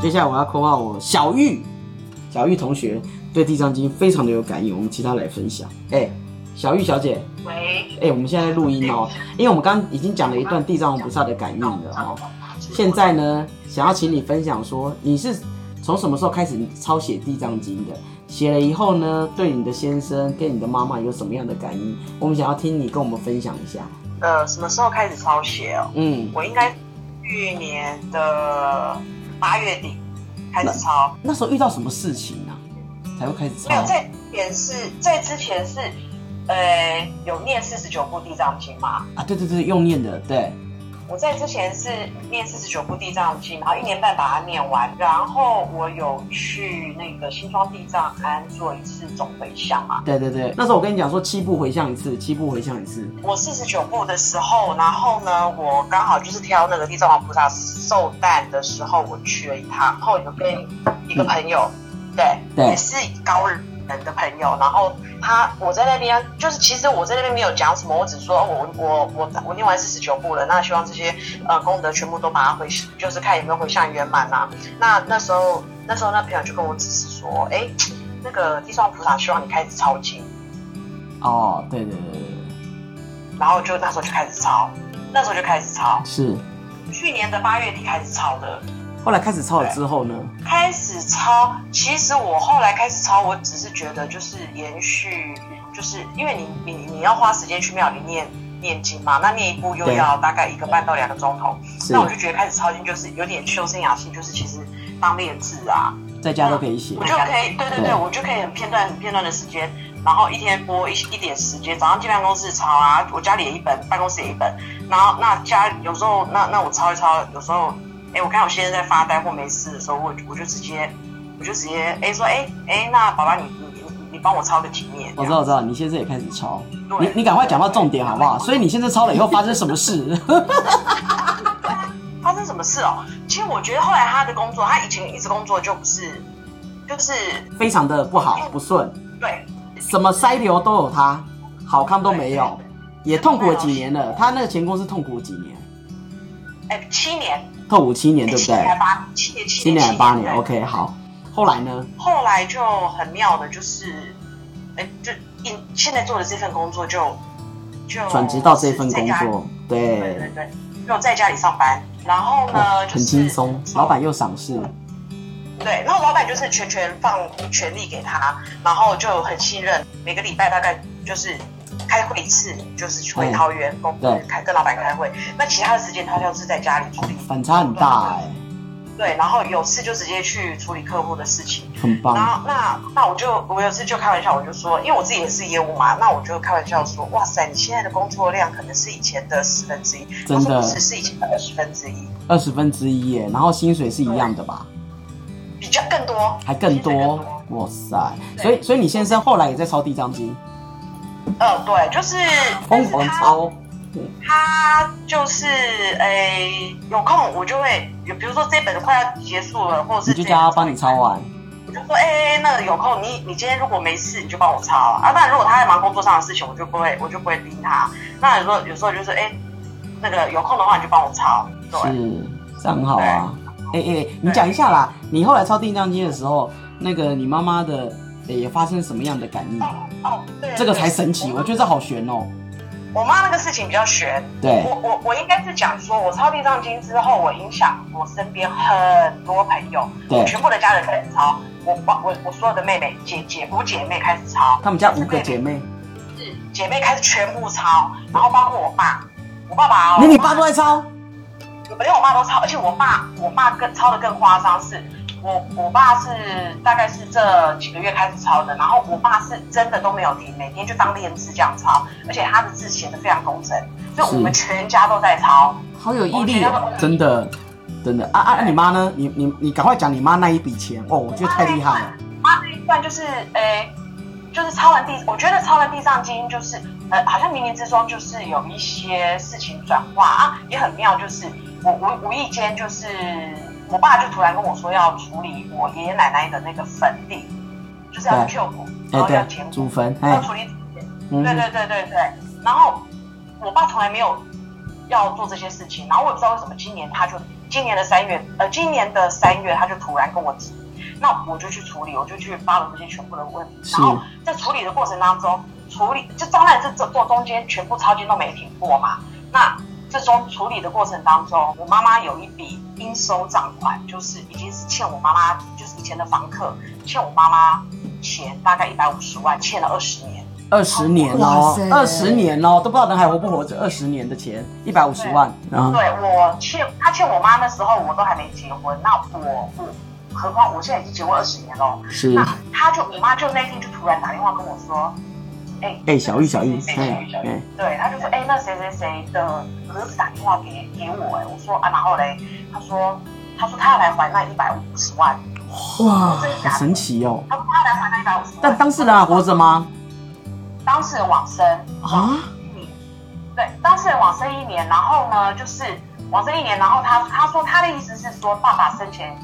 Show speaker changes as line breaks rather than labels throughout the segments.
接下来我要扣号我小玉，小玉同学对《地藏经》非常的有感应，我们其他来分享。哎、小玉小姐，
喂，
哎、我们现在录音哦，因为我们刚刚已经讲了一段地藏王菩萨的感应了哦。现在呢，想要请你分享说，你是从什么时候开始抄写《地藏经》的？写了以后呢，对你的先生跟你的妈妈有什么样的感应？我们想要听你跟我们分享一下。
呃，什么时候开始抄写哦？
嗯，
我应该去年的八月底开始抄，
那时候遇到什么事情啊，才会开始抄
没？有在之前是在之前是，呃，有念四十九部地藏经嘛？
啊，对对对，用念的，对，
我在之前是念四十九部地藏经，然后一年半把它念完，然后我有去那个新庄地藏庵做一次总回向嘛。
对对对。那时候我跟你讲说，七步回向一次，七步回向一次。
我四十九部的时候，然后呢，我刚好就是挑那个地藏王菩萨寿诞的时候，我去了一趟，然后有跟一个朋友，对，
对
也是高人的朋友，然后他我在那边就是其实我在那边没有讲什么，我只说哦我我我我念完四十九部了，那希望这些呃功德全部都把它回，就是看有没有回向圆满啊。那那时候那时候那朋友就跟我指示说，哎，那个地藏王菩萨希望你开始抄经。
哦，对对对对对，
然后就那时候就开始抄，那时候就开始抄，
是。
去年的八月底开始抄的，
后来开始抄了之后呢，
开始抄。其实我后来开始抄，我只是觉得就是延续，就是因为你你你要花时间去庙里念念经嘛，那念一部又
对
要大概一个半到两个钟头，
是
那我就觉得开始抄经就是有点修身养性，就是其实当练字啊，
在家都可以写
我。就可以，对对
对
对，我就可以很片段、很片段的时间，然后一天播一一点时间，早上进办公室抄啊，我家里也一本，办公室也一本，然后那家有时候那那我抄一抄，有时候，哎，我看我先生在发呆或没事的时候，我我就直接我就直接哎说哎哎，那爸爸你你你你帮我抄个几面，
我知道，我知道，你现在也开始抄。你
对，
你赶快讲到重点好不好？所以你现在抄了以后发生什么事？
发生什么事哦？其实我觉得后来他的工作，他以前一直工作就不是，就是
非常的不好，不顺，
对
什么塞流都有他，好康都没有，也痛苦了几年了。他那个前公司痛苦了几年？
哎七年，哎
痛苦七年，对不
七年
对？
还八七年七
七年还八
对
年，OK，好。后来呢？
后来就很妙的，就是，哎，就因现在做的这份工作就就
转职到这份工
在家里，
作，
对对
对，
对，就在家里上班。然后呢，
哦
呃就是
很轻松，老板又赏识，
对，然后老板就是全权放权力给他，然后就很信任。每个礼拜大概就是开会一次，就是回桃园公
对
司开跟老板开会。那其他的时间他就是在家里处理。
反差很大
哦
哎，
对，然后有次就直接去处理客户的事情。
很棒
然。后那那我就我有次就开玩笑，我就说，因为我自己也是业务嘛，那我就开玩笑说，哇塞，你现在的工作量可能是以前的十分之一，
真
他
的
说不是是以前的二十分之一，
二十分之一耶，然后薪水是一样的吧？
比较更多，
还更多
更多，
哇塞！
对
所以所以你先生后来也在抄《地藏经》，
呃，对，就是
疯
但是
狂
他
抄，
他就是诶、有空我就会有，比如说这本快要结束了，或者是
你就叫他
这本
帮你抄完。
我就说，哎、那个有空你你今天如果没事，你就帮我抄啊。啊，当然如果他在忙工作上的事情，我就不会我就不会逼他。那有时候有时候就是，哎、那个有空的话你就帮我抄。对，
是，这样很好啊。哎哎、你讲一下啦，你后来抄《地藏经》的时候，那个你妈妈的、哎也发生什么样的感应？
哦哦，对，
这个才神奇，我觉得这好悬哦。
我妈那个事情比较悬。
对
我我我应该是讲说，我抄地藏经之后，我影响我身边很多朋友，
对，
全部的家人开始抄。我我我我所有的妹妹、姐姐夫姐妹开始抄，
他们家五个姐妹，
姐妹开始全部抄，然后包括我爸，我爸爸、哦，
连你
我
爸都在抄，
我连我妈都抄，而且我爸我爸更抄的更夸张是，我我爸是大概是这几个月开始抄的，然后我爸是真的都没有停，每天就当练字这样抄，而且他的字写的非常工整，所以我们全家都在抄。
好有毅力
我觉得
哦，真的。真的啊啊！啊你妈呢？你你你赶快讲你妈那一笔钱哦，我觉得太厉害了。
妈那一段就是诶、就是抄完地，我觉得抄完地藏经就是呃，好像冥冥之中就是有一些事情转化啊，也很妙，就是我无无意间就是我爸就突然跟我说要处理我爷爷奶奶的那个坟地，就是要
对
救骨，然
哎，
后要
对
填，骨，
祖坟，
要
哎，
处理，
嗯
对，对对对对，然后我爸从来没有要做这些事情，然后我也不知道为什么今年他就今年的三月，呃，今年的三月他就突然跟我提，那我就去处理，我就去发了这些全部的问题，
是
然后在处理的过程当中，处理就当然这这做中间全部超金都没停过嘛，那这中处理的过程当中，我妈妈有一笔应收账款，就是已经是欠我妈妈，就是以前的房客欠我妈妈钱大概一百五十万，欠了二十年。
二十年
哇
哦
塞，
二十年哦，都不知道人还活不活着。二十年的钱，一百五十万啊，
对我欠他欠我妈那时候我都还没结婚，那我我何况我现在已经结婚二十年了，
是
那他就我妈就那天就突然打电话跟我说，哎、
哎，小玉，小玉，
谁谁
哎
谁，
哎，
对，他就说，哎、那谁谁谁的儿子打电话给给我、哎，我说啊，然后嘞，他说他说他要来还那一百五十万，
哇，好神奇哦！
他说他要来还那一百五十万，
但当事人还活着吗？
当事人往生
啊，
一年，对，当事人往生一年，然后呢，就是往生一年，然后他他说他的意思是说，爸爸生前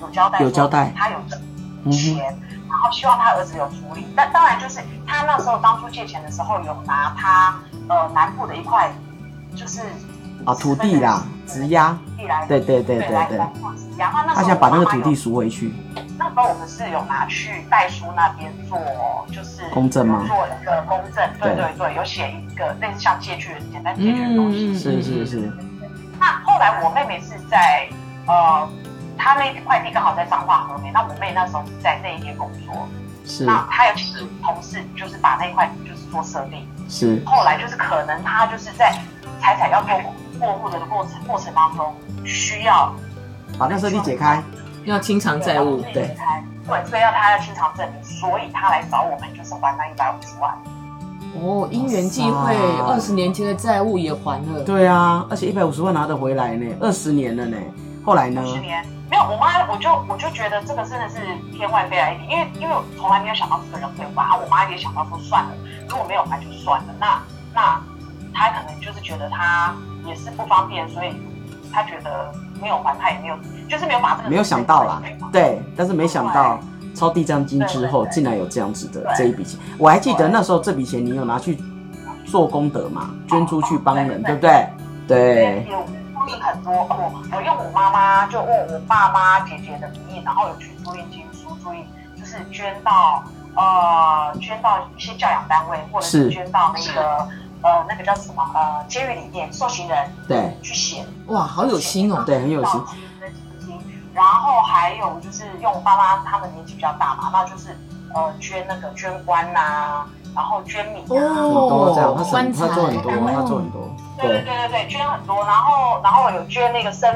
有交代，
有交代
他有的
嗯哼，
钱，然后希望他儿子有处理。但当然就是他那时候当初借钱的时候，有拿他呃南部的一块就是
啊，土地啦，
十
质
分之一
押，
的土地来
对对对
来
对对
来，放质押。那那时
他
候
想把那个土
我
地
妈妈有，
赎回去。
那时候我们是有拿去代书那边做就是
公证吗
做一个公证，对
对
对对，有写一个类似像借据简单借据的东西。
是是是，嗯
那后来我妹妹是在呃，她那块地刚好在彰化和美，那我妹那时候是在那一边工作，
是
那她有请同事就是把那块就是做设定，
是，
后来就是可能她就是在财产要过户过户的过程过程当中需要
把那设定解开。
要清偿债务，
对
对，对，所以要她要清偿证明，所以她来找我们就是还那一百五十万，
哦，因缘际会，
哇
二十年前的债务也还了，
对啊，而且一百五十万拿得回来呢，二十年了呢。后来呢
二？十年。没有，我妈我就我就觉得这个真的是天外飞来一笔，因为因为我从来没有想到这个人会还，啊我妈也想到说算了，如果没有还就算了，那那她可能就是觉得她也是不方便，所以她觉得没有还，她也没有就是没有把这个
没有想到啦对，但是没想到抄地藏经之后，
对对对
竟然有这样子的
对
这一笔钱。我还记得那时候这笔钱你有拿去做功德嘛，捐出去帮人，对
对
不对？对，
有呼应很多，我我用我妈妈就问我爸妈姐姐的名义，然后有去租印经书，租印就是捐到呃捐到一些教养单位，或者
是
是捐到那个呃那个叫什么呃监狱里面受刑人
对
去写，
哇，好有心哦，
对，很有心
到。那基金，然后还有就是用我爸妈他们年纪比较大嘛，那就是呃捐那个捐官呐、然后捐米啊。
很
哦
多这样，他
棺
很
材
他做很多，
嗯
哦
他做很多，
对对
对，
对对对，捐很多，然后然后有捐那个生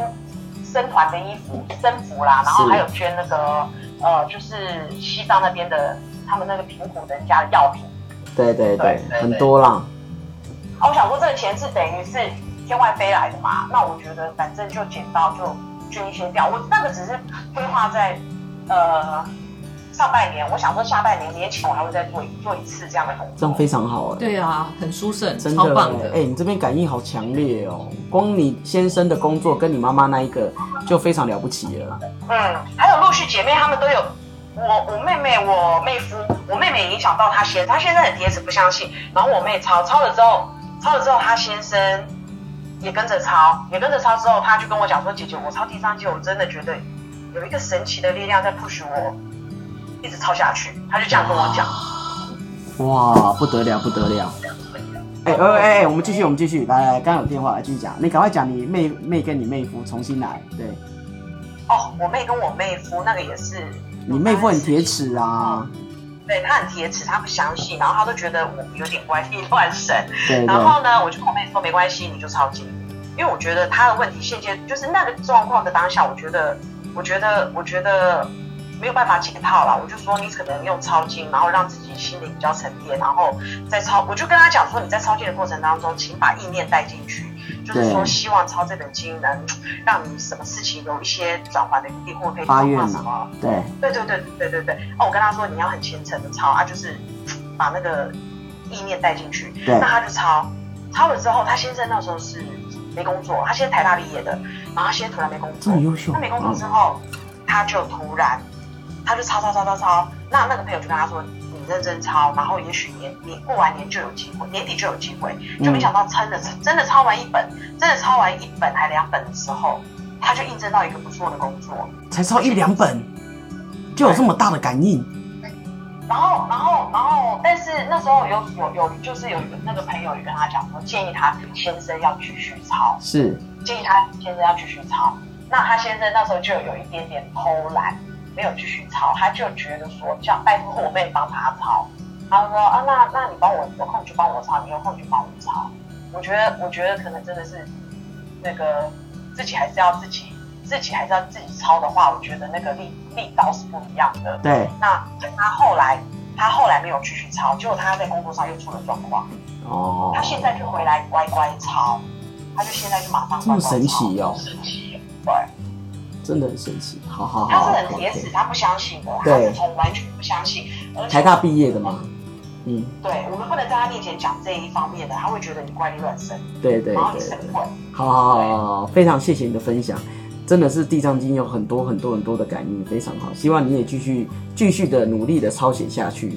生团的衣服、生服啦，然后
是
还有捐那个呃，就是西藏那边的他们那个贫苦人家的药品。
对对对
对对，
很多啦。
啊，我想说这个钱是等于是天外飞来的嘛，那我觉得反正就捡到就捐一些掉，我那个只是规划在呃上半年，我想说下半年年前我还会再做一做一次这样的工
这
作
样。非常好哎、
对啊，很殊胜，
真
超
的
棒的
哎、，你这边感应好强烈哦！光你先生的工作跟你妈妈那一个就非常了不起了。
嗯，还有陆续姐妹她们都有。我我妹妹我妹夫，我妹妹影响到她先，她先生很铁齿不相信，然后我妹抄抄了之后，抄了之后她先生也跟着抄，也跟着抄之后，她就跟我讲说，姐姐我抄第三集，我真的觉得有一个神奇的力量在 push 我，一直抄下去，她就这样跟我讲。
哇，不得了，不得了！哎哎哎哎，我们继续，我们继续，来来，刚刚有电话，来继续讲，你赶快讲你妹妹跟你妹夫重新来，对
哦，我妹跟我妹夫那个也是，
你妹夫很铁，齿啊，
对他很铁齿，他不相信，然后他都觉得我有点怪力 乱神，
对
然
对
后呢，我就跟我妹说没关系，你就抄近，因为我觉得他的问题现阶就是那个状况的当下，我觉得，我觉得，我觉得没有办法解套了。我就说你可能用抄经，然后让自己心里比较沉淀，然后再抄。我就跟他讲说，你在抄经的过程当中，请把意念带进去，就是说
对
希望抄这本经能让你什么事情有一些转换的余地，或者可以
发
转
愿
化
啊
什么。
对，
对对对对对对。哦，我跟他说你要很虔诚的抄啊，就是把那个意念带进去。
对
那他就抄，抄了之后，他先生那时候是没工作，他先台大毕业的，然后他先突然没工
这
作
么，哦优秀，
他没工作之后，他就突然，他就抄抄抄抄抄。那那个朋友就跟他说，你认真抄，然后也许年年过完年就有机会，年底就有
嗯
机会。就没想到真的真的抄完一本，真的抄完一本还两本的时候，他就应征到一个不错的工作。
嗯才抄一两本，就有这么大的感应，
然后，然后，然后，但是那时候有有有，就是有那个朋友也跟他讲说，建议他先生要继续抄，
是
建议他先生要继续抄。那他先生那时候就有一点点偷懒，没有继续抄，他就觉得说，这样拜托我妹帮他抄。他说啊，那那你帮我有空你就帮我抄，你有空你就帮我抄。我觉得，我觉得可能真的是那个自己还是要自己，自己还是要自己抄的话，我觉得那个力力道是不一样的。
对，
那他后来他后来没有继续抄，结果他在工作上又出了状况，
哦，
他现在就回来乖乖抄，他就现在就马上
这么
乖乖
神
抄
奇哦
神奇对，
真的很神奇，好好
他
好，
是很
OK，
铁死，
OK
他不相信的，他
哦对
是从完全不相信，而且
台大毕业的嘛，嗯，
对我们不能在他面前讲这一方面的，他会觉得你怪力乱神，
对对对
然后你
对
神，棍，
好好好好，好非常谢谢你的分享。真的是《地藏经》有很多很多很多的感应，非常好。希望你也继续继续的努力的抄写下去。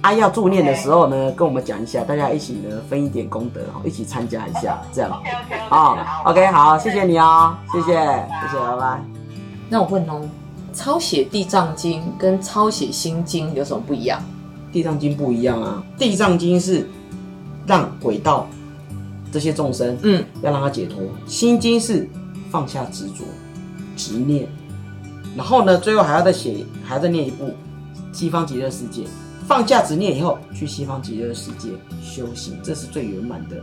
啊，要助念的时候呢，跟我们讲一下，大家一起呢分一点功德，一起参加一下，这样。
OK，OK，OK，
啊、o k 好，谢谢你哦，谢谢，谢谢，拜拜。
那我问哦，抄写《地藏经》跟抄写《心经》有什么不一样？
地藏经不一样啊，地藏经是让鬼道这些众生
嗯，
要让他解脱，心经是放下执着、执念，然后呢，最后还要再写，还要再念一部《西方极乐世界》，放下执念以后，去西方极乐世界修行，这是最圆满的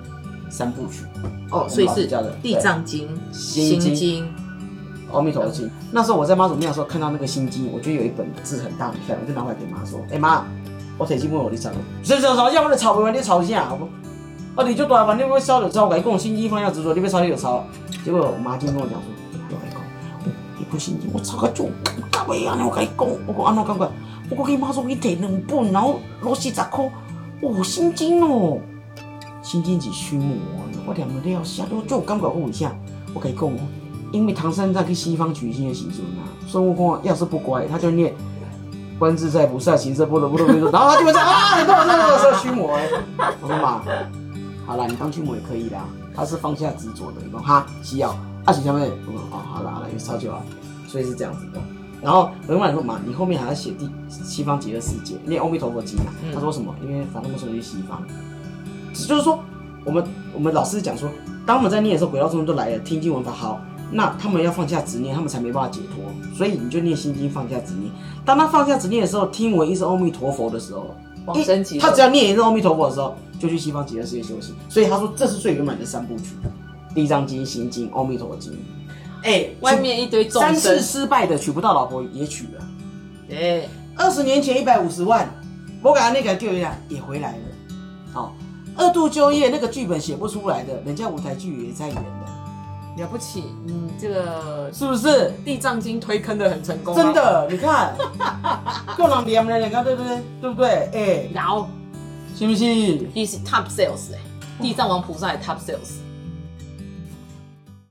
三部曲。
哦，所
我们
以
老
是
师教的
《地藏经》《
心
心
经
经》
阿弥陀佛经。那时候我在妈祖庙的时候看到那个心经，我觉得有一本字很大很漂亮，我就拿回来给妈说：“哎、妈，我摕去问我的炒，这这炒要不然炒不完你炒啥？我啊你就大吧，你要烧就烧，我跟你讲心经放下执着，你要烧你就烧。”结果我妈今天跟我讲说：“哎我跟你讲，你不哦心经我炒个就干袂安尼，我跟你讲，我讲安怎感觉？我讲给妈说，我摕两本，然后落四十块，哦心经哦。”心经是虚无的，我念了了下，我就有感觉我有啥，我跟你讲哦，因为唐三藏去西方取经的时阵啊，孙悟空啊要是不乖，他就念观自在菩萨行深般若波罗蜜多， 然后他就会说啊，你跟我说这个是虚魔哎，我说嘛，好啦，你当驱魔也可以啦，他是放下执着的，你说哈西药，二姐下面我说哦好啦好啦，有超久了，所以是这样子的。然后文婉说嘛，你后面还要写地西方极乐世界，念阿弥陀佛经啊。
嗯
他说什么？因为反正我说去西方，就是说我们我们老师讲说，当我们在念的时候，鬼道众生都来了，听经闻法好，那他们要放下执念，他们才没办法解脱。所以你就念心经，放下执念。当他放下执念的时候，听闻一声阿弥陀佛的时候，
往生极乐
哎他只要念一声阿弥陀佛的时候，就去西方极乐世界修行。所以他说这是最圆满的三部曲：地藏经、心经、阿弥陀经。哎、
外面一堆众
三
生
次，失败的娶不到老婆也娶了，
哎，
二十年前一百五十万，我给他那个救援也回来了。哦，二度就业那个剧本写不出来的，人家舞台剧也在演了，
了不起，嗯，这个《
是不是？
地藏经》推坑的很成功，啊
真，的，你看，够能连的，你看对不对？对不对？哎、
然后
信不信？
你是 top sales 哎，地藏王菩萨也 top sales，